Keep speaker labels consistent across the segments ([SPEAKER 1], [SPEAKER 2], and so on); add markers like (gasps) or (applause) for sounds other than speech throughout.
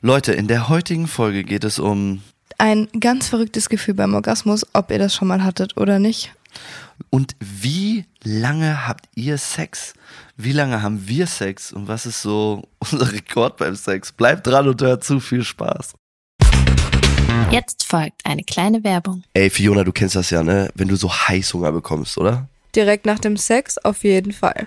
[SPEAKER 1] Leute, in der heutigen Folge geht es um
[SPEAKER 2] Ein ganz verrücktes Gefühl beim Orgasmus, ob ihr das schon mal hattet oder nicht.
[SPEAKER 1] und wie lange habt ihr Sex? Wie lange haben wir Sex und was ist so (laughs) unser Rekord beim Sex? Bleibt dran und hört zu viel Spaß.
[SPEAKER 3] Jetzt folgt eine kleine Werbung.
[SPEAKER 1] Ey, Fiona, du kennst das ja, ne? Wenn du so Heißhunger bekommst, oder?
[SPEAKER 2] Direkt nach dem Sex auf jeden Fall.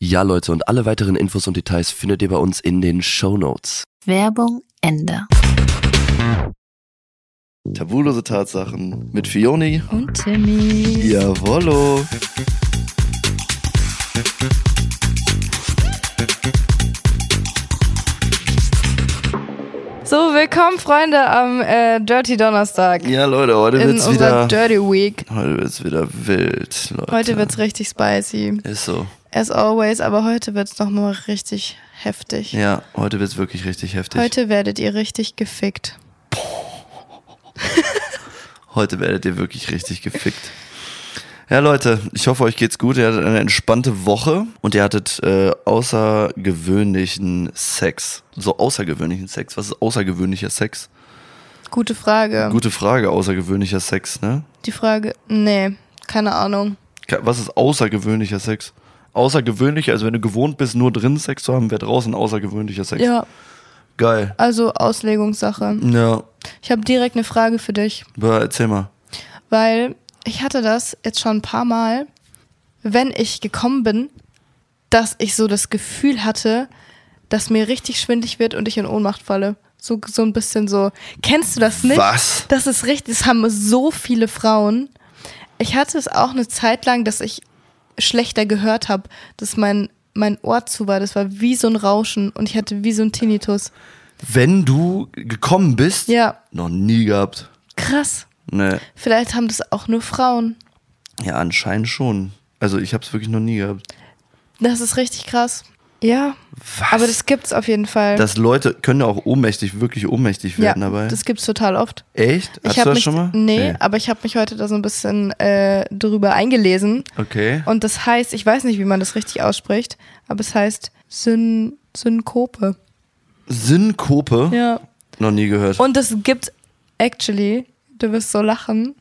[SPEAKER 1] Ja, Leute, und alle weiteren Infos und Details findet ihr bei uns in den Show Notes.
[SPEAKER 3] Werbung Ende.
[SPEAKER 1] Tabulose Tatsachen mit Fioni.
[SPEAKER 3] Und Timmy.
[SPEAKER 1] Jawollo.
[SPEAKER 2] So, willkommen Freunde am äh, Dirty Donnerstag
[SPEAKER 1] Ja, Leute, heute
[SPEAKER 2] in
[SPEAKER 1] wird's wieder...
[SPEAKER 2] unserer Dirty Week.
[SPEAKER 1] Heute wird's wieder wild, Leute.
[SPEAKER 2] Heute wird's richtig spicy,
[SPEAKER 1] Ist so.
[SPEAKER 2] as always, aber heute wird's noch mal richtig heftig.
[SPEAKER 1] Ja, heute wird's wirklich richtig heftig.
[SPEAKER 2] Heute werdet ihr richtig gefickt.
[SPEAKER 1] Heute werdet ihr wirklich richtig gefickt. Ja, Leute, ich hoffe, euch geht's gut. Ihr hattet eine entspannte Woche und ihr hattet äh, außergewöhnlichen Sex. So außergewöhnlichen Sex. Was ist außergewöhnlicher Sex?
[SPEAKER 2] Gute Frage.
[SPEAKER 1] Gute Frage, außergewöhnlicher Sex, ne?
[SPEAKER 2] Die Frage, nee, keine Ahnung.
[SPEAKER 1] Ke- Was ist außergewöhnlicher Sex? Außergewöhnlich, also wenn du gewohnt bist, nur drin Sex zu haben, wäre draußen außergewöhnlicher Sex.
[SPEAKER 2] Ja,
[SPEAKER 1] Geil.
[SPEAKER 2] also Auslegungssache.
[SPEAKER 1] Ja,
[SPEAKER 2] Ich habe direkt eine Frage für dich,
[SPEAKER 1] aber erzähl mal.
[SPEAKER 2] weil ich hatte das jetzt schon ein paar Mal, wenn ich gekommen bin, dass ich so das Gefühl hatte, dass mir richtig schwindlig wird und ich in Ohnmacht falle. So, so ein bisschen so. Kennst du das nicht?
[SPEAKER 1] Was?
[SPEAKER 2] Das ist richtig, das haben so viele Frauen. Ich hatte es auch eine Zeit lang, dass ich schlechter gehört habe, dass mein, mein Ohr zu war. Das war wie so ein Rauschen und ich hatte wie so ein Tinnitus.
[SPEAKER 1] Wenn du gekommen bist,
[SPEAKER 2] Ja,
[SPEAKER 1] noch nie gehabt.
[SPEAKER 2] krass.
[SPEAKER 1] Ne,
[SPEAKER 2] Vielleicht haben das auch nur Frauen.
[SPEAKER 1] ja, anscheinend schon. Also ich habe es wirklich noch nie gehabt.
[SPEAKER 2] Das ist richtig krass. Ja,
[SPEAKER 1] Was?
[SPEAKER 2] aber das gibt's auf jeden Fall.
[SPEAKER 1] Dass Leute können ja auch ohnmächtig, wirklich ohnmächtig
[SPEAKER 2] ja,
[SPEAKER 1] werden dabei.
[SPEAKER 2] das gibt's total oft.
[SPEAKER 1] Echt? Hast
[SPEAKER 2] hab
[SPEAKER 1] du das
[SPEAKER 2] mich,
[SPEAKER 1] schon mal?
[SPEAKER 2] Nee, aber ich habe mich heute da so ein bisschen äh, drüber eingelesen.
[SPEAKER 1] Okay.
[SPEAKER 2] Und das heißt, ich weiß nicht, wie man das richtig ausspricht, aber es heißt Syn Synkope.
[SPEAKER 1] Synkope?
[SPEAKER 2] Ja.
[SPEAKER 1] Noch nie gehört.
[SPEAKER 2] Und es gibt, actually, du wirst so lachen,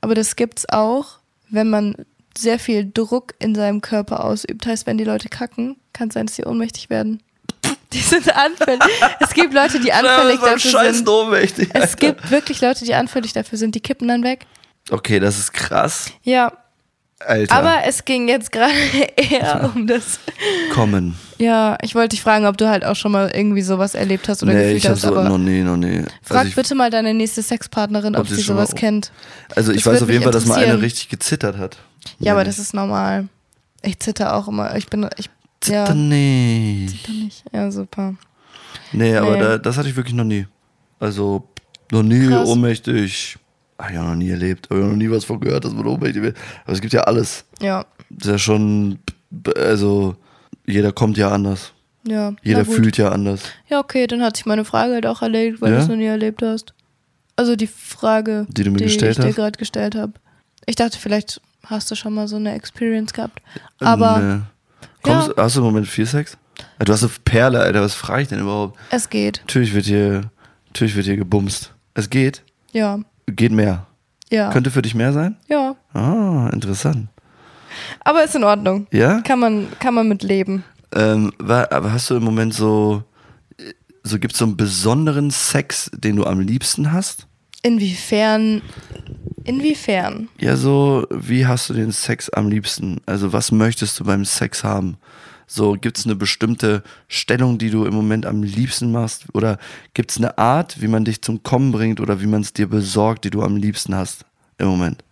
[SPEAKER 2] aber das gibt's auch, wenn man sehr viel Druck in seinem Körper ausübt. Heißt, wenn die Leute kacken, kann sein, dass sie ohnmächtig werden. (laughs) Die sind anfällig. es gibt Leute, die anfällig
[SPEAKER 1] das
[SPEAKER 2] dafür
[SPEAKER 1] ist Äh, scheiß
[SPEAKER 2] sind.
[SPEAKER 1] ohnmächtig.
[SPEAKER 2] Es gibt wirklich Leute, die anfällig dafür sind. Die kippen dann weg.
[SPEAKER 1] Okay, das ist krass.
[SPEAKER 2] Ja,
[SPEAKER 1] Alter.
[SPEAKER 2] aber es ging jetzt gerade (laughs) eher um das.
[SPEAKER 1] kommen.
[SPEAKER 2] Ja, ich wollte dich fragen, ob du halt auch schon mal irgendwie sowas erlebt hast oder
[SPEAKER 1] nee,
[SPEAKER 2] gefühlt
[SPEAKER 1] ich habe
[SPEAKER 2] hast.
[SPEAKER 1] so
[SPEAKER 2] Aber
[SPEAKER 1] noch nie, noch nie.
[SPEAKER 2] frag
[SPEAKER 1] also ich,
[SPEAKER 2] bitte mal deine nächste Sexpartnerin,
[SPEAKER 1] Ob
[SPEAKER 2] ob
[SPEAKER 1] sie
[SPEAKER 2] sie
[SPEAKER 1] schon mal-
[SPEAKER 2] sowas kennt.
[SPEAKER 1] also ich
[SPEAKER 2] das
[SPEAKER 1] weiß
[SPEAKER 2] würd
[SPEAKER 1] auf jeden
[SPEAKER 2] mich
[SPEAKER 1] Fall, dass mal eine
[SPEAKER 2] interessieren.
[SPEAKER 1] richtig gezittert hat.
[SPEAKER 2] Ja,
[SPEAKER 1] Hm.
[SPEAKER 2] aber das ist normal. Ich zitter auch immer. Ich bin, ich
[SPEAKER 1] Zitter
[SPEAKER 2] ja.
[SPEAKER 1] nicht.
[SPEAKER 2] bin nicht. Ja, super.
[SPEAKER 1] Nee, aber
[SPEAKER 2] Nee.
[SPEAKER 1] da, das hatte ich wirklich noch nie. Also Noch nie
[SPEAKER 2] Krass.
[SPEAKER 1] ohnmächtig. Hab ich auch noch nie erlebt. Hab ich auch noch nie was von gehört, dass man ohnmächtig wird. Aber es gibt ja alles.
[SPEAKER 2] Ja,
[SPEAKER 1] Das ist ja schon, also, jeder kommt ja anders.
[SPEAKER 2] ja. na
[SPEAKER 1] Jeder
[SPEAKER 2] gut.
[SPEAKER 1] fühlt ja anders.
[SPEAKER 2] Ja, okay, dann hat sich meine Frage halt auch erledigt, weil
[SPEAKER 1] Ja?
[SPEAKER 2] du es noch nie erlebt hast. Also die Frage,
[SPEAKER 1] Die du mir gestellt
[SPEAKER 2] ich dir
[SPEAKER 1] hast?
[SPEAKER 2] gerade gestellt habe. Ich dachte, vielleicht hast du schon mal so eine Experience gehabt.
[SPEAKER 1] Ähm,
[SPEAKER 2] Aber
[SPEAKER 1] Nee. Kommst, Hast du im Moment viel Sex? Ah, Du hast eine Perle, Alter, was frage ich denn überhaupt?
[SPEAKER 2] es geht.
[SPEAKER 1] Natürlich wird hier, natürlich wird hier gebumst. Es geht,
[SPEAKER 2] Ja,
[SPEAKER 1] geht mehr.
[SPEAKER 2] ja,
[SPEAKER 1] Könnte für dich mehr sein?
[SPEAKER 2] ja.
[SPEAKER 1] Ah, interessant.
[SPEAKER 2] Aber ist in Ordnung.
[SPEAKER 1] Ja?
[SPEAKER 2] Kann man, kann man mit leben.
[SPEAKER 1] Ähm, wa- aber hast du im Moment so, so gibt's so einen besonderen Sex, den du am liebsten hast?
[SPEAKER 2] Inwiefern, inwiefern?
[SPEAKER 1] Ja, so, wie hast du den Sex am liebsten? Also, was möchtest du beim Sex haben? So, gibt's eine bestimmte Stellung, die du im Moment am liebsten machst? Oder gibt's eine Art, wie man dich zum Kommen bringt oder wie man es dir besorgt, die du am liebsten hast im Moment?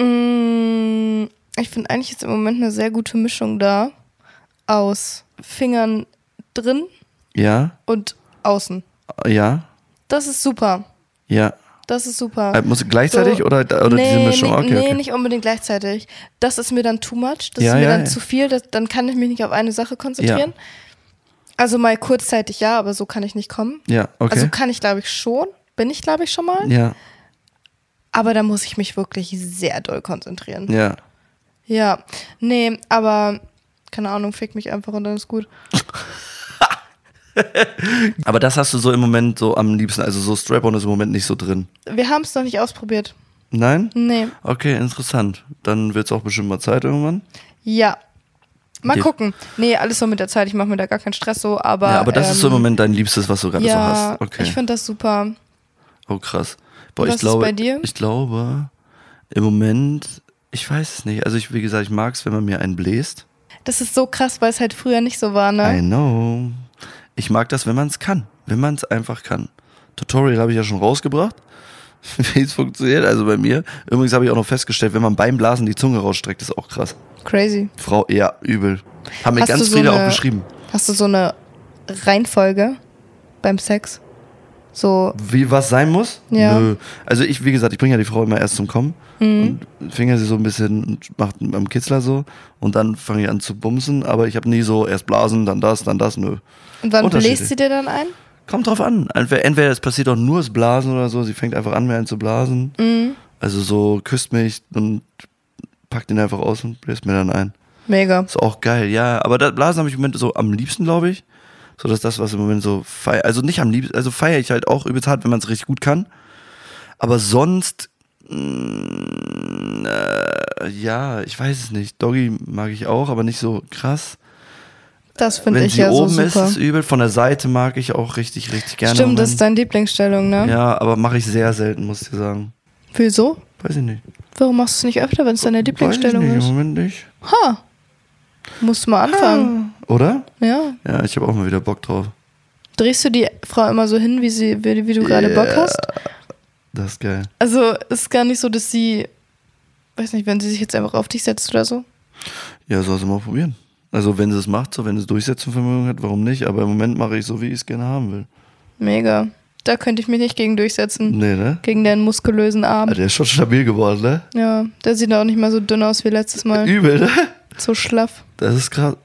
[SPEAKER 2] Mm, Ich finde eigentlich ist im Moment eine sehr gute Mischung da aus Fingern drin
[SPEAKER 1] Ja?
[SPEAKER 2] und außen.
[SPEAKER 1] Ja?
[SPEAKER 2] Das ist super.
[SPEAKER 1] Ja?
[SPEAKER 2] Das ist super.
[SPEAKER 1] Äh, muss gleichzeitig
[SPEAKER 2] So,
[SPEAKER 1] oder, oder diese Mischung?
[SPEAKER 2] Nee,
[SPEAKER 1] Okay,
[SPEAKER 2] nee
[SPEAKER 1] okay.
[SPEAKER 2] nicht unbedingt gleichzeitig. Das ist mir dann too much, das
[SPEAKER 1] Ja,
[SPEAKER 2] ist mir
[SPEAKER 1] ja,
[SPEAKER 2] dann
[SPEAKER 1] ja.
[SPEAKER 2] zu viel, das, dann kann ich mich nicht auf eine Sache konzentrieren. Also mal kurzzeitig ja, aber so kann ich nicht kommen.
[SPEAKER 1] Ja, okay.
[SPEAKER 2] Also kann ich, glaube ich, schon. Bin ich, glaube ich, schon mal.
[SPEAKER 1] ja,
[SPEAKER 2] Aber da muss ich mich wirklich sehr doll konzentrieren. Ja,
[SPEAKER 1] ja.
[SPEAKER 2] nee, aber keine Ahnung, fick mich einfach und dann ist gut.
[SPEAKER 1] Aber das hast du so im Moment so am liebsten. Also, so Strap-on ist im Moment nicht so drin.
[SPEAKER 2] Wir haben es noch nicht ausprobiert.
[SPEAKER 1] Nein?
[SPEAKER 2] Nee,
[SPEAKER 1] Okay, interessant. Dann wird's auch bestimmt mal Zeit irgendwann.
[SPEAKER 2] ja. Mal
[SPEAKER 1] Die-
[SPEAKER 2] gucken. Nee, alles so mit der Zeit. Ich mache mir da gar keinen Stress so, aber.
[SPEAKER 1] ja, aber das ist so im
[SPEAKER 2] ähm,
[SPEAKER 1] Moment dein Liebstes, was du gerade so
[SPEAKER 2] Ja,
[SPEAKER 1] hast. Okay.
[SPEAKER 2] ich finde das super.
[SPEAKER 1] oh, krass. Boah,
[SPEAKER 2] Was
[SPEAKER 1] ich
[SPEAKER 2] ist
[SPEAKER 1] glaube,
[SPEAKER 2] bei dir?
[SPEAKER 1] ich glaube, im Moment, ich weiß es nicht. Also ich, wie gesagt, ich mag's, wenn man mir einen bläst.
[SPEAKER 2] Das ist so krass, weil es halt früher nicht so war, ne?
[SPEAKER 1] I know. Ich mag das, wenn man es kann. Wenn man es einfach kann. Tutorial habe ich ja schon rausgebracht, (laughs) wie es funktioniert. Also bei mir. Übrigens habe ich auch noch festgestellt, wenn man beim Blasen die Zunge rausstreckt, ist auch krass.
[SPEAKER 2] Crazy.
[SPEAKER 1] Frau, ja, übel. Haben mir
[SPEAKER 2] Hast du
[SPEAKER 1] ganz
[SPEAKER 2] so
[SPEAKER 1] viele auch
[SPEAKER 2] eine-
[SPEAKER 1] geschrieben.
[SPEAKER 2] Hast du so eine Reihenfolge beim Sex? So,
[SPEAKER 1] wie was sein muss?
[SPEAKER 2] Ja. Mhm.
[SPEAKER 1] Nö. Also ich, wie gesagt, ich bringe ja die Frau immer erst zum Kommen und finger sie so ein bisschen und macht am Kitzler so und dann fange ich an zu bumsen, aber ich habe nie so erst blasen, dann das, dann das, nö.
[SPEAKER 2] und wann
[SPEAKER 1] Unterschiedlich.
[SPEAKER 2] bläst sie dir dann ein?
[SPEAKER 1] Kommt drauf an. Entweder, entweder es passiert auch nur das Blasen oder so, sie fängt einfach an, mir einen zu blasen.
[SPEAKER 2] Mhm.
[SPEAKER 1] Also so küsst mich und packt ihn einfach aus und bläst mir dann ein.
[SPEAKER 2] Mega.
[SPEAKER 1] Ist auch geil, ja. Aber das Blasen habe ich im Moment so am liebsten, glaube ich. So, dass das, was im Moment so feier, also nicht am liebsten, also feiere ich halt auch übelst hart, wenn man es richtig gut kann. Aber sonst, mh, äh, ja, ich weiß es nicht. Doggy mag ich auch, aber nicht so krass.
[SPEAKER 2] Das finde
[SPEAKER 1] wenn
[SPEAKER 2] ich
[SPEAKER 1] sie
[SPEAKER 2] ja so
[SPEAKER 1] oben
[SPEAKER 2] super.
[SPEAKER 1] ist, ist es übel. Von der Seite mag ich auch richtig, richtig gerne.
[SPEAKER 2] Stimmt,
[SPEAKER 1] im
[SPEAKER 2] das ist
[SPEAKER 1] Moment.
[SPEAKER 2] deine Lieblingsstellung, ne?
[SPEAKER 1] Ja, aber mache ich sehr selten, muss ich dir sagen.
[SPEAKER 2] Wieso?
[SPEAKER 1] Weiß ich nicht.
[SPEAKER 2] Warum machst du es nicht öfter, wenn es deine
[SPEAKER 1] Weiß ich
[SPEAKER 2] Lieblingsstellung
[SPEAKER 1] nicht,
[SPEAKER 2] ist?
[SPEAKER 1] Im Moment nicht.
[SPEAKER 2] Ha! Musst du mal anfangen.
[SPEAKER 1] Oder?
[SPEAKER 2] Ja.
[SPEAKER 1] Ja, ich habe auch mal wieder Bock drauf.
[SPEAKER 2] Drehst du die Frau immer so hin, wie, sie, wie, wie du gerade Bock
[SPEAKER 1] Ja.
[SPEAKER 2] hast?
[SPEAKER 1] Das ist geil.
[SPEAKER 2] Also, ist gar nicht so, dass sie, weiß nicht, wenn sie sich jetzt einfach auf dich setzt oder so.
[SPEAKER 1] Ja, soll sie mal probieren. Also wenn sie es macht, so wenn sie Durchsetzungsvermögen hat, warum nicht? Aber im Moment mache ich so, wie ich es gerne haben will.
[SPEAKER 2] Mega. Da könnte ich mich nicht gegen durchsetzen.
[SPEAKER 1] Nee, ne?
[SPEAKER 2] Gegen deinen muskulösen Arm.
[SPEAKER 1] Ah, der ist schon stabil geworden, ne?
[SPEAKER 2] ja, der sieht auch nicht mehr so dünn aus wie letztes Mal.
[SPEAKER 1] Übel, ne?
[SPEAKER 2] So schlaff.
[SPEAKER 1] Das ist krass.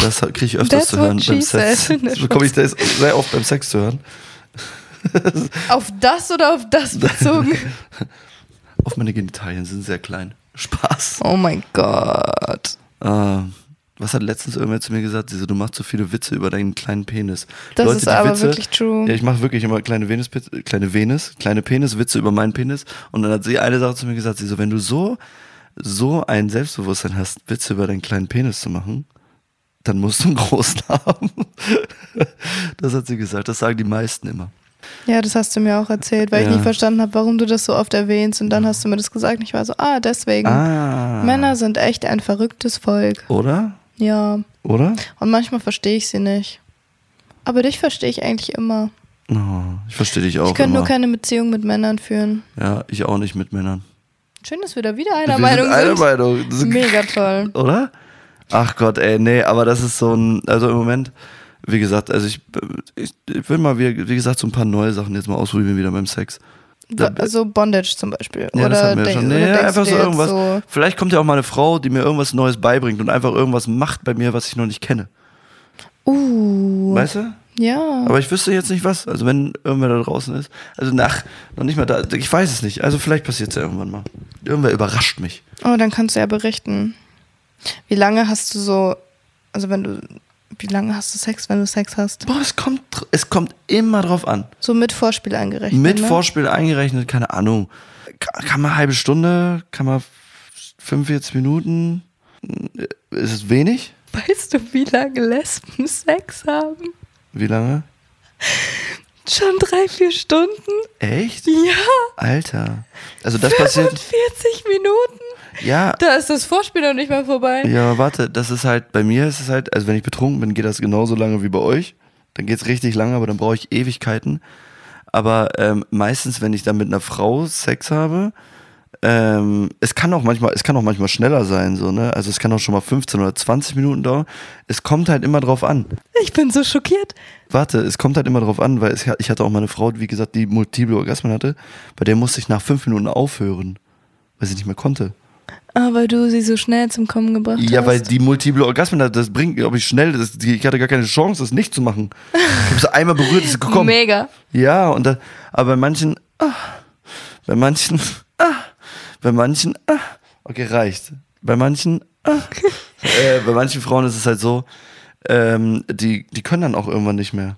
[SPEAKER 1] Das kriege ich öfters
[SPEAKER 2] That's
[SPEAKER 1] zu hören
[SPEAKER 2] what
[SPEAKER 1] beim
[SPEAKER 2] she
[SPEAKER 1] Sex.
[SPEAKER 2] said.
[SPEAKER 1] Das bekomme ich das sehr oft beim Sex zu hören.
[SPEAKER 2] Auf das oder auf
[SPEAKER 1] (laughs)
[SPEAKER 2] das bezogen?
[SPEAKER 1] Auf meine Genitalien sind sehr klein. Spaß.
[SPEAKER 2] oh mein Gott.
[SPEAKER 1] Ähm, was hat letztens irgendwer zu mir gesagt? Sie so, du machst so viele Witze über deinen kleinen Penis. Die
[SPEAKER 2] Das ist
[SPEAKER 1] die
[SPEAKER 2] aber wirklich true.
[SPEAKER 1] Ja, ich mache wirklich immer kleine Venus, äh, kleine Venus, kleine Penis-Witze über meinen Penis. Und dann hat sie eine Sache zu mir gesagt, sie so, wenn du so, so ein Selbstbewusstsein hast, Witze über deinen kleinen Penis zu machen, dann musst du einen großen (laughs) haben. Das hat sie gesagt, das sagen die meisten immer.
[SPEAKER 2] Ja, das hast du mir auch erzählt, weil
[SPEAKER 1] Ja.
[SPEAKER 2] ich nie verstanden habe, warum du das so oft erwähnst. Und dann hast du mir das gesagt und ich war so, ah, deswegen.
[SPEAKER 1] Ah.
[SPEAKER 2] Männer sind echt ein verrücktes Volk.
[SPEAKER 1] Oder?
[SPEAKER 2] Ja.
[SPEAKER 1] Oder?
[SPEAKER 2] Und manchmal verstehe ich sie nicht. Aber dich verstehe ich eigentlich immer.
[SPEAKER 1] Oh, ich verstehe dich auch
[SPEAKER 2] ich könnte
[SPEAKER 1] immer.
[SPEAKER 2] nur keine Beziehung mit Männern führen.
[SPEAKER 1] ja, ich auch nicht mit Männern.
[SPEAKER 2] Schön, dass wir da wieder einer
[SPEAKER 1] Wir
[SPEAKER 2] Meinung
[SPEAKER 1] sind einer
[SPEAKER 2] sind.
[SPEAKER 1] Meinung. Das ist
[SPEAKER 2] Mega toll.
[SPEAKER 1] oder? Ach Gott, ey, nee, aber das ist so ein, also im Moment Wie gesagt, also ich, ich, ich will mal, wieder, wie gesagt, so ein paar neue Sachen jetzt mal ausprobieren wieder beim Sex. Da-
[SPEAKER 2] Bo- Also Bondage zum Beispiel.
[SPEAKER 1] Ja,
[SPEAKER 2] oder
[SPEAKER 1] das haben wir ja
[SPEAKER 2] denk-
[SPEAKER 1] schon.
[SPEAKER 2] oder
[SPEAKER 1] Nee,
[SPEAKER 2] denkst
[SPEAKER 1] einfach
[SPEAKER 2] du
[SPEAKER 1] so
[SPEAKER 2] jetzt
[SPEAKER 1] irgendwas.
[SPEAKER 2] So,
[SPEAKER 1] Vielleicht kommt ja auch mal eine Frau, die mir irgendwas Neues beibringt und einfach irgendwas macht bei mir, was ich noch nicht kenne.
[SPEAKER 2] uh,
[SPEAKER 1] Weißt du?
[SPEAKER 2] ja.
[SPEAKER 1] Aber ich wüsste jetzt nicht was. Also wenn irgendwer da draußen ist. Also nach, noch nicht mal da. Ich weiß es nicht. Also vielleicht passiert es ja irgendwann mal. Irgendwer überrascht mich.
[SPEAKER 2] Oh, dann kannst du ja berichten. Wie lange hast du so, also wenn du, wie lange hast du Sex, wenn du Sex hast?
[SPEAKER 1] Boah, es kommt, dr- es kommt immer drauf an.
[SPEAKER 2] So mit Vorspiel angerechnet.
[SPEAKER 1] Mit
[SPEAKER 2] ne?
[SPEAKER 1] Vorspiel eingerechnet, keine Ahnung. Ka- Kann man eine halbe Stunde, kann man f- 45 Minuten. Ist es wenig?
[SPEAKER 2] Weißt du, wie lange Lesben Sex haben?
[SPEAKER 1] Wie lange?
[SPEAKER 2] Schon drei, vier Stunden?
[SPEAKER 1] Echt?
[SPEAKER 2] Ja,
[SPEAKER 1] Alter. Also das passiert.
[SPEAKER 2] 45 Minuten.
[SPEAKER 1] Ja.
[SPEAKER 2] Da ist das Vorspiel noch nicht mal vorbei.
[SPEAKER 1] Ja, aber warte, das ist halt, bei mir ist es halt, also wenn ich betrunken bin, geht das genauso lange wie bei euch. Dann geht's richtig lange, aber dann brauche ich Ewigkeiten. Aber ähm, meistens, wenn ich dann mit einer Frau Sex habe, ähm, es kann auch manchmal, es kann auch manchmal schneller sein, so, ne? Also es kann auch schon mal 15 oder 20 Minuten dauern. Es kommt halt immer drauf an.
[SPEAKER 2] Ich bin so schockiert.
[SPEAKER 1] Warte, es kommt halt immer drauf an, weil es, ich hatte auch mal eine Frau, wie gesagt, die multiple Orgasmen hatte, bei der musste ich nach fünf Minuten aufhören, weil sie nicht mehr konnte.
[SPEAKER 2] Ah, weil du sie so schnell zum Kommen gebracht hast.
[SPEAKER 1] Ja, weil die multiple Orgasmen, das- das bringt, glaube ich, schnell. Das, die- ich hatte gar keine Chance, das nicht zu machen. Ich habe es einmal berührt, ist
[SPEAKER 2] (laughs)
[SPEAKER 1] gekommen.
[SPEAKER 2] Mega.
[SPEAKER 1] Ja, und da, aber bei manchen, ah, bei manchen, ah, bei manchen, ah, okay, reicht. Bei manchen,
[SPEAKER 2] (laughs)
[SPEAKER 1] ah, äh, bei manchen Frauen ist es halt so, ähm, die, die können dann auch irgendwann nicht mehr.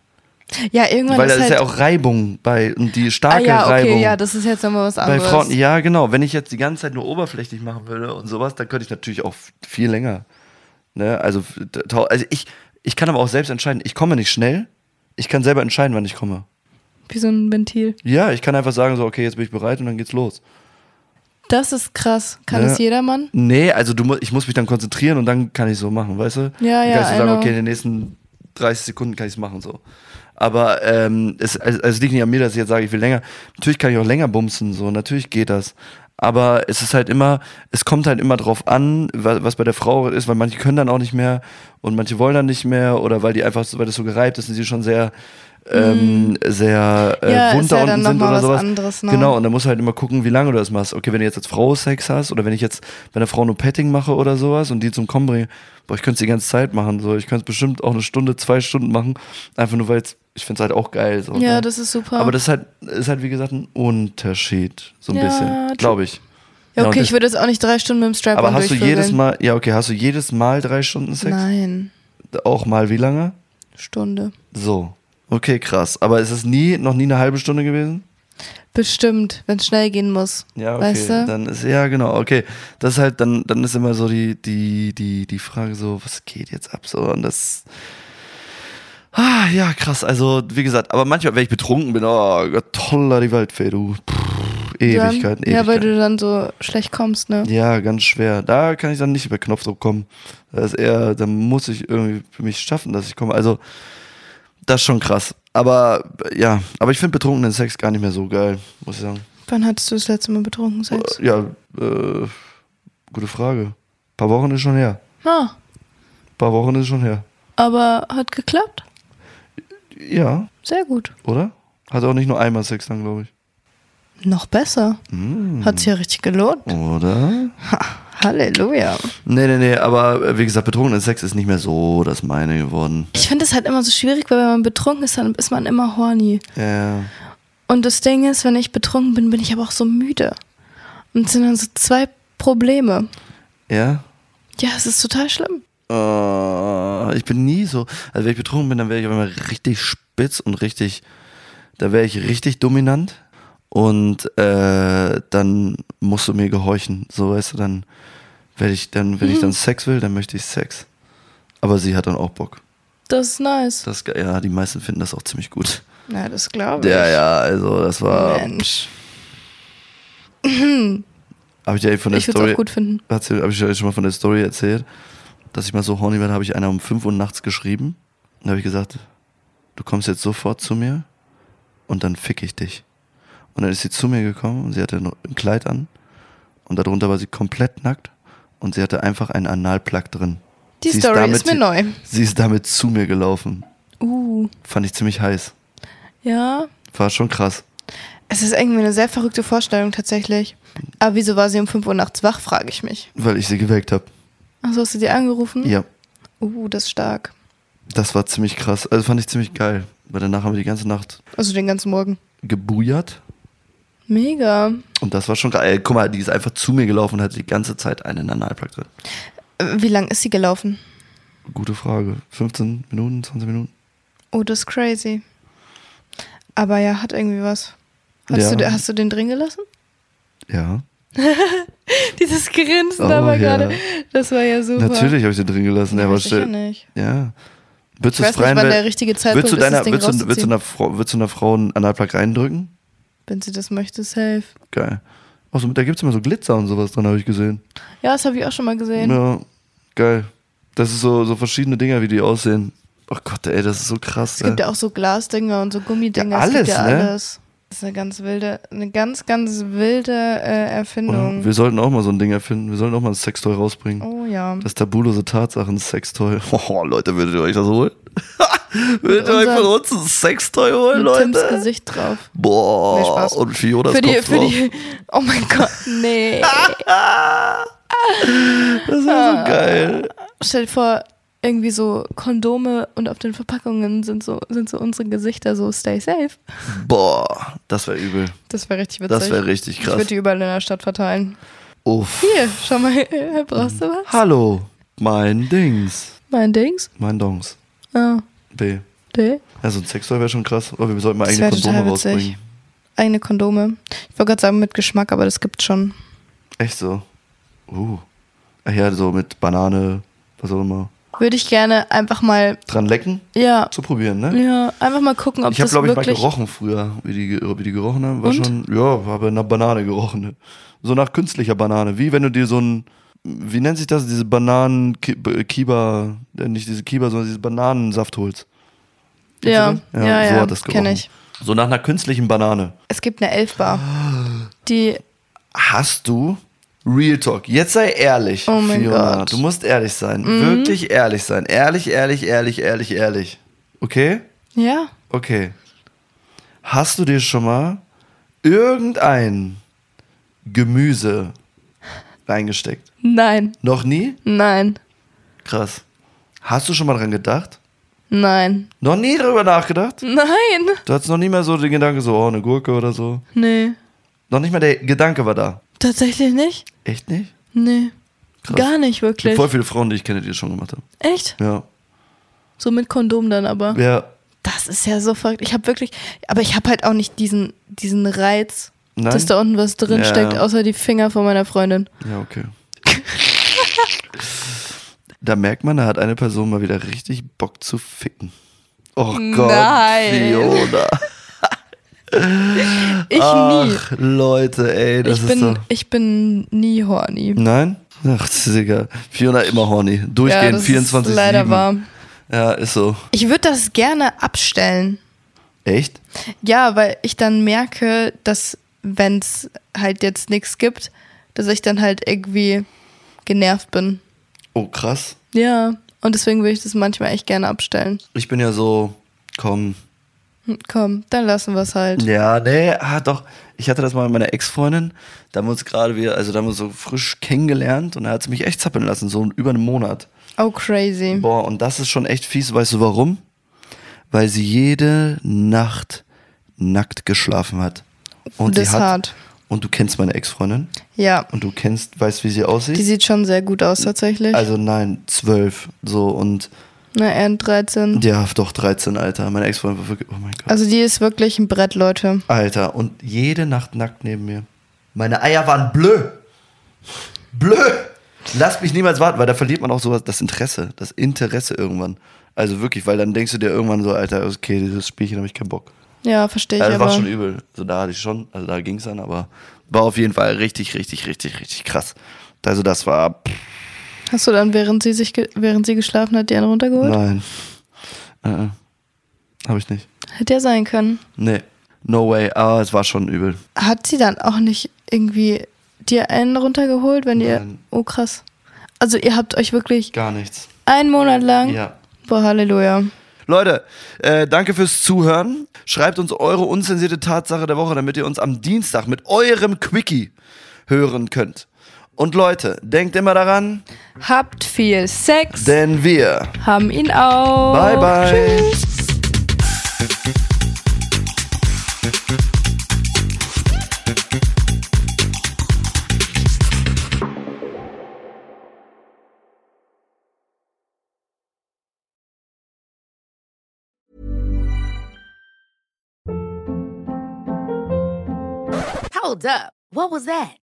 [SPEAKER 2] Ja, irgendwann
[SPEAKER 1] Weil
[SPEAKER 2] ist
[SPEAKER 1] da ist
[SPEAKER 2] halt...
[SPEAKER 1] ja auch Reibung bei und die
[SPEAKER 2] ah
[SPEAKER 1] starke
[SPEAKER 2] ja, okay,
[SPEAKER 1] Reibung.
[SPEAKER 2] ja, das ist jetzt nochmal was
[SPEAKER 1] bei
[SPEAKER 2] anderes.
[SPEAKER 1] Frauen, ja, genau. Wenn ich jetzt die ganze Zeit nur oberflächlich machen würde und sowas, dann könnte ich natürlich auch viel länger. Ne? Also, f- tau- also ich, ich kann aber auch selbst entscheiden. Ich komme nicht schnell. Ich kann selber entscheiden, wann ich komme.
[SPEAKER 2] Wie so ein Ventil.
[SPEAKER 1] Ja, ich kann einfach sagen, so, okay, jetzt bin ich bereit und dann geht's los.
[SPEAKER 2] Das ist krass. Kann
[SPEAKER 1] Ja.
[SPEAKER 2] es jedermann?
[SPEAKER 1] Nee, also du, mu- ich muss mich dann konzentrieren und dann kann ich so machen, weißt du?
[SPEAKER 2] Ja,
[SPEAKER 1] dann
[SPEAKER 2] ja,
[SPEAKER 1] Kann ich so
[SPEAKER 2] I
[SPEAKER 1] sagen,
[SPEAKER 2] know.
[SPEAKER 1] okay, in den nächsten 30 Sekunden kann ich es machen, so. Aber ähm, es, also, also es liegt nicht an mir, dass ich jetzt sage, ich will länger. Natürlich kann ich auch länger bumsen, so, natürlich geht das. Aber es ist halt immer, es kommt halt immer drauf an, was, was bei der Frau ist, weil manche können dann auch nicht mehr und manche wollen dann nicht mehr oder weil die einfach, so- weil das so gereibt ist und sie schon sehr, ähm, sehr äh,
[SPEAKER 2] Mhm. Ja, ist
[SPEAKER 1] wund da
[SPEAKER 2] ja
[SPEAKER 1] unten
[SPEAKER 2] dann noch
[SPEAKER 1] sind
[SPEAKER 2] mal
[SPEAKER 1] oder
[SPEAKER 2] was
[SPEAKER 1] sowas.
[SPEAKER 2] anderes, ne?
[SPEAKER 1] Genau, und dann musst du halt immer gucken, wie lange du das machst. Okay, wenn du jetzt als Frau Sex hast oder wenn ich jetzt bei einer Frau nur Petting mache oder sowas und die zum Kommen bringe, boah, ich könnte es die ganze Zeit machen. So. Ich könnte es bestimmt auch eine Stunde, zwei Stunden machen, einfach nur weil es- ich finde es halt auch geil. So,
[SPEAKER 2] Ja,
[SPEAKER 1] ne?
[SPEAKER 2] das ist super.
[SPEAKER 1] Aber das ist halt, ist halt, wie gesagt, ein Unterschied. So ein
[SPEAKER 2] Ja,
[SPEAKER 1] bisschen,
[SPEAKER 2] true.
[SPEAKER 1] glaube ich. Ja,
[SPEAKER 2] ja,
[SPEAKER 1] und
[SPEAKER 2] okay, ich
[SPEAKER 1] genau, das-
[SPEAKER 2] würde jetzt auch nicht drei Stunden mit dem Strap
[SPEAKER 1] Aber hast du jedes Mal, ja, okay, hast du jedes Mal drei Stunden Sex?
[SPEAKER 2] Nein,
[SPEAKER 1] Auch mal wie lange?
[SPEAKER 2] Stunde.
[SPEAKER 1] So. Okay, krass. Aber ist es nie, noch nie eine halbe Stunde gewesen?
[SPEAKER 2] Bestimmt, wenn es schnell gehen muss.
[SPEAKER 1] Ja, okay.
[SPEAKER 2] Weißt du?
[SPEAKER 1] Dann ist, ja, genau, okay. Das ist halt, dann, dann ist immer so die, die, die, die Frage so, was geht jetzt ab? So, und das. Ah, ja, krass. Also, wie gesagt, aber manchmal, wenn ich betrunken bin, oh Gott, toller die Waldfee, du. Pff, Ewigkeiten,
[SPEAKER 2] dann, Ja, weil
[SPEAKER 1] Ewigkeiten.
[SPEAKER 2] du dann so schlecht kommst, ne?
[SPEAKER 1] Ja, ganz schwer. Da kann ich dann nicht über Knopfdruck kommen. Das ist eher, da muss ich irgendwie für mich schaffen, dass ich komme. Also, das ist schon krass. Aber ja, aber ich finde betrunkenen Sex gar nicht mehr so geil, muss ich sagen.
[SPEAKER 2] Wann hattest du das letzte Mal betrunken Sex?
[SPEAKER 1] Ja, äh, gute Frage. paar Wochen ist schon her.
[SPEAKER 2] Ah,
[SPEAKER 1] paar Wochen ist schon her.
[SPEAKER 2] aber hat geklappt.
[SPEAKER 1] Ja,
[SPEAKER 2] Sehr gut.
[SPEAKER 1] oder? Hat auch nicht nur einmal Sex dann, glaube ich.
[SPEAKER 2] Noch besser. Hat sich ja richtig gelohnt.
[SPEAKER 1] Hm. Oder?
[SPEAKER 2] Halleluja.
[SPEAKER 1] Nee, nee, nee, aber äh, wie gesagt, betrunkener Sex ist nicht mehr so das meine geworden.
[SPEAKER 2] Ich finde es halt immer so schwierig, weil wenn man betrunken ist, dann ist man immer horny.
[SPEAKER 1] Ja.
[SPEAKER 2] Und das Ding ist, wenn ich betrunken bin, bin ich aber auch so müde. Und es sind dann so zwei Probleme.
[SPEAKER 1] Ja?
[SPEAKER 2] Ja, es ist total schlimm.
[SPEAKER 1] Äh, ich bin nie so. Also, wenn ich betrunken bin, dann wäre ich aber immer richtig spitz und richtig. Da wäre ich richtig dominant. Und äh, dann musst du mir gehorchen. So, weißt du, dann. Wenn ich dann,
[SPEAKER 2] Mhm.
[SPEAKER 1] wenn ich dann Sex will, dann möchte ich Sex. Aber sie hat dann auch Bock.
[SPEAKER 2] Das ist nice.
[SPEAKER 1] Das, ge- ja, die meisten finden das auch ziemlich gut.
[SPEAKER 2] Ja, das glaube ich.
[SPEAKER 1] Ja, ja, also das war.
[SPEAKER 2] Mensch.
[SPEAKER 1] Habe ich ja eben von der
[SPEAKER 2] Ich würde es
[SPEAKER 1] Story.
[SPEAKER 2] auch gut finden.
[SPEAKER 1] Habe ich ja schon mal von der Story erzählt, dass ich mal so horny war, da habe ich einer um 5 Uhr nachts geschrieben. Dann habe ich gesagt, du kommst jetzt sofort zu mir und dann fick ich dich. Und dann ist sie zu mir gekommen und sie hatte noch ein Kleid an und darunter war sie komplett nackt und sie hatte einfach einen Analplug drin.
[SPEAKER 2] Die
[SPEAKER 1] Sie
[SPEAKER 2] Story
[SPEAKER 1] damit-
[SPEAKER 2] ist mir neu.
[SPEAKER 1] Sie ist damit zu mir gelaufen.
[SPEAKER 2] Uh,
[SPEAKER 1] Fand ich ziemlich heiß.
[SPEAKER 2] ja.
[SPEAKER 1] War schon krass.
[SPEAKER 2] Es ist irgendwie eine sehr verrückte Vorstellung tatsächlich. Aber wieso war sie um 5 Uhr nachts wach, frage ich mich.
[SPEAKER 1] Weil ich sie geweckt habe.
[SPEAKER 2] Also hast du sie angerufen?
[SPEAKER 1] Ja.
[SPEAKER 2] Uh, das ist stark.
[SPEAKER 1] Das war ziemlich krass. Also fand ich ziemlich geil. Weil danach haben wir die ganze Nacht
[SPEAKER 2] Also den ganzen Morgen.
[SPEAKER 1] gebujert.
[SPEAKER 2] Mega.
[SPEAKER 1] Und das war schon geil. Ey, Guck mal, die ist einfach zu mir gelaufen und hatte die ganze Zeit einen in der Analplug drin.
[SPEAKER 2] Äh, Wie lang ist sie gelaufen?
[SPEAKER 1] Gute Frage. 15 Minuten, 20 Minuten?
[SPEAKER 2] Oh, das ist crazy. Aber ja, hat irgendwie was. Hast,
[SPEAKER 1] Ja.
[SPEAKER 2] du, hast du den drin gelassen?
[SPEAKER 1] Ja.
[SPEAKER 2] (laughs) Dieses Grinsen
[SPEAKER 1] Oh,
[SPEAKER 2] da war
[SPEAKER 1] ja.
[SPEAKER 2] gerade. Das war ja super.
[SPEAKER 1] Natürlich habe ich den drin gelassen. Er war
[SPEAKER 2] Weiß ich ja
[SPEAKER 1] still.
[SPEAKER 2] nicht.
[SPEAKER 1] Ja. Würdest
[SPEAKER 2] Ich
[SPEAKER 1] du es
[SPEAKER 2] weiß nicht,
[SPEAKER 1] freien
[SPEAKER 2] wann der
[SPEAKER 1] Will-
[SPEAKER 2] richtige Zeitpunkt
[SPEAKER 1] Würdest du
[SPEAKER 2] ist, das
[SPEAKER 1] deiner,
[SPEAKER 2] Ding
[SPEAKER 1] würdest du, würdest du
[SPEAKER 2] rauszuziehen.
[SPEAKER 1] einer Frau, würdest du einer Frau einen Analplug reindrücken?
[SPEAKER 2] Wenn sie das möchte, safe.
[SPEAKER 1] Geil. Achso, da gibt es immer so Glitzer und sowas dran, habe ich gesehen.
[SPEAKER 2] Ja, das habe ich auch schon mal gesehen.
[SPEAKER 1] Ja, geil. Das ist so, so verschiedene Dinger, wie die aussehen. Oh Gott, ey, das ist so krass.
[SPEAKER 2] Es gibt
[SPEAKER 1] ey.
[SPEAKER 2] ja auch so Glasdinger und so Gummidinger.
[SPEAKER 1] Ja,
[SPEAKER 2] es gibt
[SPEAKER 1] alles,
[SPEAKER 2] ja
[SPEAKER 1] ne?
[SPEAKER 2] alles. Das ist eine ganz wilde, eine ganz, ganz wilde äh,
[SPEAKER 1] Oh,
[SPEAKER 2] Erfindung.
[SPEAKER 1] wir sollten auch mal so ein Ding erfinden. Wir sollten auch mal ein Sextoy rausbringen.
[SPEAKER 2] Oh ja.
[SPEAKER 1] Das tabulose Tatsachen Sextoy. (laughs) Oh, Leute, würdet ihr euch das holen? (laughs) würdet ihr euch
[SPEAKER 2] unserem-
[SPEAKER 1] von uns ein Sextoy holen,
[SPEAKER 2] Mit Tims
[SPEAKER 1] Leute?
[SPEAKER 2] Gesicht drauf.
[SPEAKER 1] Boah,
[SPEAKER 2] Nee, Spaß.
[SPEAKER 1] und Fionas
[SPEAKER 2] für die,
[SPEAKER 1] Kopf
[SPEAKER 2] für
[SPEAKER 1] drauf.
[SPEAKER 2] die. (laughs) Oh mein Gott,
[SPEAKER 1] (laughs)
[SPEAKER 2] nee.
[SPEAKER 1] Ah, Das
[SPEAKER 2] Ah.
[SPEAKER 1] wäre so geil.
[SPEAKER 2] Stell dir vor, irgendwie so Kondome und auf den Verpackungen sind so, sind so unsere Gesichter so stay safe.
[SPEAKER 1] Boah, das wäre übel.
[SPEAKER 2] Das wäre richtig witzig.
[SPEAKER 1] Das wäre richtig
[SPEAKER 2] Ich würde
[SPEAKER 1] krass.
[SPEAKER 2] die überall in der Stadt verteilen.
[SPEAKER 1] Uff.
[SPEAKER 2] Hier, schau mal, (laughs) her, brauchst du was?
[SPEAKER 1] Hallo, mein Dings.
[SPEAKER 2] Mein Dings?
[SPEAKER 1] Mein Dongs.
[SPEAKER 2] Ah,
[SPEAKER 1] B.
[SPEAKER 2] D.
[SPEAKER 1] Also ein Sextoy wäre schon krass, aber wir sollten mal
[SPEAKER 2] Das
[SPEAKER 1] eigene
[SPEAKER 2] wär total
[SPEAKER 1] Kondome
[SPEAKER 2] witzig.
[SPEAKER 1] rausbringen.
[SPEAKER 2] Eigene Kondome. Ich wollte gerade sagen mit Geschmack, aber das gibt's schon.
[SPEAKER 1] Echt so. Uh. Ach ja, so mit Banane, was auch immer.
[SPEAKER 2] Würde ich gerne einfach mal,
[SPEAKER 1] Dran lecken,
[SPEAKER 2] ja,
[SPEAKER 1] zu probieren, ne?
[SPEAKER 2] ja, einfach mal gucken, ob
[SPEAKER 1] ich habe,
[SPEAKER 2] das
[SPEAKER 1] glaube ich, mal
[SPEAKER 2] wirklich.
[SPEAKER 1] gerochen früher, wie die, ge- wie die gerochen haben. War
[SPEAKER 2] Und?
[SPEAKER 1] schon, ja, habe nach Banane gerochen. ne? So nach künstlicher Banane. Wie wenn du dir so ein, wie nennt sich das? Diese Bananen, Ki- äh, Kiba, äh, nicht diese Kiba, sondern diese Bananensaft holst. Kennst
[SPEAKER 2] ja,
[SPEAKER 1] du das?
[SPEAKER 2] ja,
[SPEAKER 1] so
[SPEAKER 2] ja,
[SPEAKER 1] hat das gerochen.
[SPEAKER 2] kenne ich.
[SPEAKER 1] So nach einer künstlichen Banane.
[SPEAKER 2] Es gibt
[SPEAKER 1] (gasps)
[SPEAKER 2] eine Elfbar. Die,
[SPEAKER 1] Hast du Real Talk? Jetzt sei ehrlich,
[SPEAKER 2] Oh mein
[SPEAKER 1] Fiona.
[SPEAKER 2] Gott. Mhm.
[SPEAKER 1] Du musst ehrlich sein. Wirklich ehrlich sein. Ehrlich, ehrlich, ehrlich, ehrlich, ehrlich. Okay?
[SPEAKER 2] ja,
[SPEAKER 1] Okay. Hast du dir schon mal irgendein Gemüse reingesteckt?
[SPEAKER 2] nein,
[SPEAKER 1] Noch nie?
[SPEAKER 2] nein,
[SPEAKER 1] Krass. Hast du schon mal dran gedacht?
[SPEAKER 2] nein,
[SPEAKER 1] Noch nie drüber nachgedacht?
[SPEAKER 2] nein,
[SPEAKER 1] Du hattest noch nie mehr so den Gedanken, so, oh, eine Gurke oder so.
[SPEAKER 2] nee,
[SPEAKER 1] Noch nicht mal der Gedanke war da.
[SPEAKER 2] tatsächlich nicht,
[SPEAKER 1] Echt nicht?
[SPEAKER 2] nee,
[SPEAKER 1] Krass.
[SPEAKER 2] gar nicht
[SPEAKER 1] Es gibt
[SPEAKER 2] wirklich.
[SPEAKER 1] voll viele Frauen, die ich kenne, die das schon gemacht haben.
[SPEAKER 2] Echt?
[SPEAKER 1] Ja.
[SPEAKER 2] So mit Kondom dann aber.
[SPEAKER 1] Ja.
[SPEAKER 2] Das ist ja so verrückt. Ich habe wirklich, aber ich habe halt auch nicht diesen, diesen Reiz,
[SPEAKER 1] Nein?
[SPEAKER 2] dass da unten was drin
[SPEAKER 1] Ja,
[SPEAKER 2] steckt,
[SPEAKER 1] ja.
[SPEAKER 2] außer die Finger von meiner Freundin.
[SPEAKER 1] Ja, okay. da merkt man, da hat eine Person mal wieder richtig Bock zu ficken. Oh Gott,
[SPEAKER 2] Nein.
[SPEAKER 1] Fiona.
[SPEAKER 2] Ich nie.
[SPEAKER 1] Ach, Leute, ey, das
[SPEAKER 2] Ich
[SPEAKER 1] ist
[SPEAKER 2] bin,
[SPEAKER 1] doch...
[SPEAKER 2] ich bin nie horny.
[SPEAKER 1] Nein? Ach, das ist egal. Fiona immer horny.
[SPEAKER 2] Ja,
[SPEAKER 1] Durchgehend
[SPEAKER 2] das
[SPEAKER 1] 24
[SPEAKER 2] ist leider wahr.
[SPEAKER 1] Ja, ist so.
[SPEAKER 2] Ich würde das gerne abstellen.
[SPEAKER 1] Echt?
[SPEAKER 2] Ja, weil ich dann merke, dass wenn es halt jetzt nichts gibt, dass ich dann halt irgendwie genervt bin.
[SPEAKER 1] Oh, krass.
[SPEAKER 2] Ja, und deswegen würde ich das manchmal echt gerne abstellen.
[SPEAKER 1] Ich bin ja so... Komm.
[SPEAKER 2] Hm, Komm, dann lassen wir es halt.
[SPEAKER 1] Ja, nee, ah, doch. Ich hatte das mal mit meiner Ex-Freundin. Da haben wir uns gerade wieder, also da haben wir uns so frisch kennengelernt und da hat sie mich echt zappeln lassen, so über einen Monat.
[SPEAKER 2] Oh, crazy.
[SPEAKER 1] Boah, und das ist schon echt fies. Weißt du warum? Weil sie jede Nacht nackt geschlafen hat. Und
[SPEAKER 2] das
[SPEAKER 1] sie hat,
[SPEAKER 2] ist hart.
[SPEAKER 1] Und du kennst meine Ex-Freundin.
[SPEAKER 2] Ja,
[SPEAKER 1] Und du kennst, weißt, wie sie
[SPEAKER 2] die
[SPEAKER 1] aussieht?
[SPEAKER 2] sieht schon sehr gut aus tatsächlich.
[SPEAKER 1] Also nein, zwölf. So und
[SPEAKER 2] Na, er 13.
[SPEAKER 1] ja, doch 13, Alter. Meine Ex-Freundin war wirklich. Oh mein Gott.
[SPEAKER 2] Also die ist wirklich ein Brett, Leute.
[SPEAKER 1] Alter, und jede Nacht nackt neben mir. Meine Eier waren blö. Blö. Lass mich niemals warten, weil da verliert man auch sowas, das Interesse, das Interesse irgendwann. Also wirklich, weil dann denkst du dir irgendwann so, Alter, okay, dieses Spielchen habe ich keinen Bock.
[SPEAKER 2] Ja, verstehe ich
[SPEAKER 1] Ja, das war
[SPEAKER 2] aber.
[SPEAKER 1] schon übel. Also da hatte ich schon, also da ging es dann, aber war auf jeden Fall richtig, richtig, richtig, richtig krass. Also das war, pff,
[SPEAKER 2] Hast du dann, während sie sich ge während sie geschlafen hat, die einen runtergeholt?
[SPEAKER 1] nein. Äh, äh. habe ich nicht.
[SPEAKER 2] Hätte ja sein können.
[SPEAKER 1] Nee, no way, aber es war schon übel.
[SPEAKER 2] Hat sie dann auch nicht irgendwie dir einen runtergeholt, wenn ihr.
[SPEAKER 1] Nein.
[SPEAKER 2] Oh krass. Also ihr habt euch wirklich
[SPEAKER 1] Gar nichts.
[SPEAKER 2] einen Monat lang.
[SPEAKER 1] Ja,
[SPEAKER 2] Boah, Halleluja.
[SPEAKER 1] Leute, äh, danke fürs Zuhören. Schreibt uns eure unzensierte Tatsache der Woche, damit ihr uns am Dienstag mit eurem Quickie hören könnt. Und Leute, denkt immer daran,
[SPEAKER 2] Habt viel Sex,
[SPEAKER 1] denn wir.
[SPEAKER 2] haben ihn auch.
[SPEAKER 1] Bye, bye.
[SPEAKER 2] Oh, Tschüss.
[SPEAKER 4] Hold up. What was that?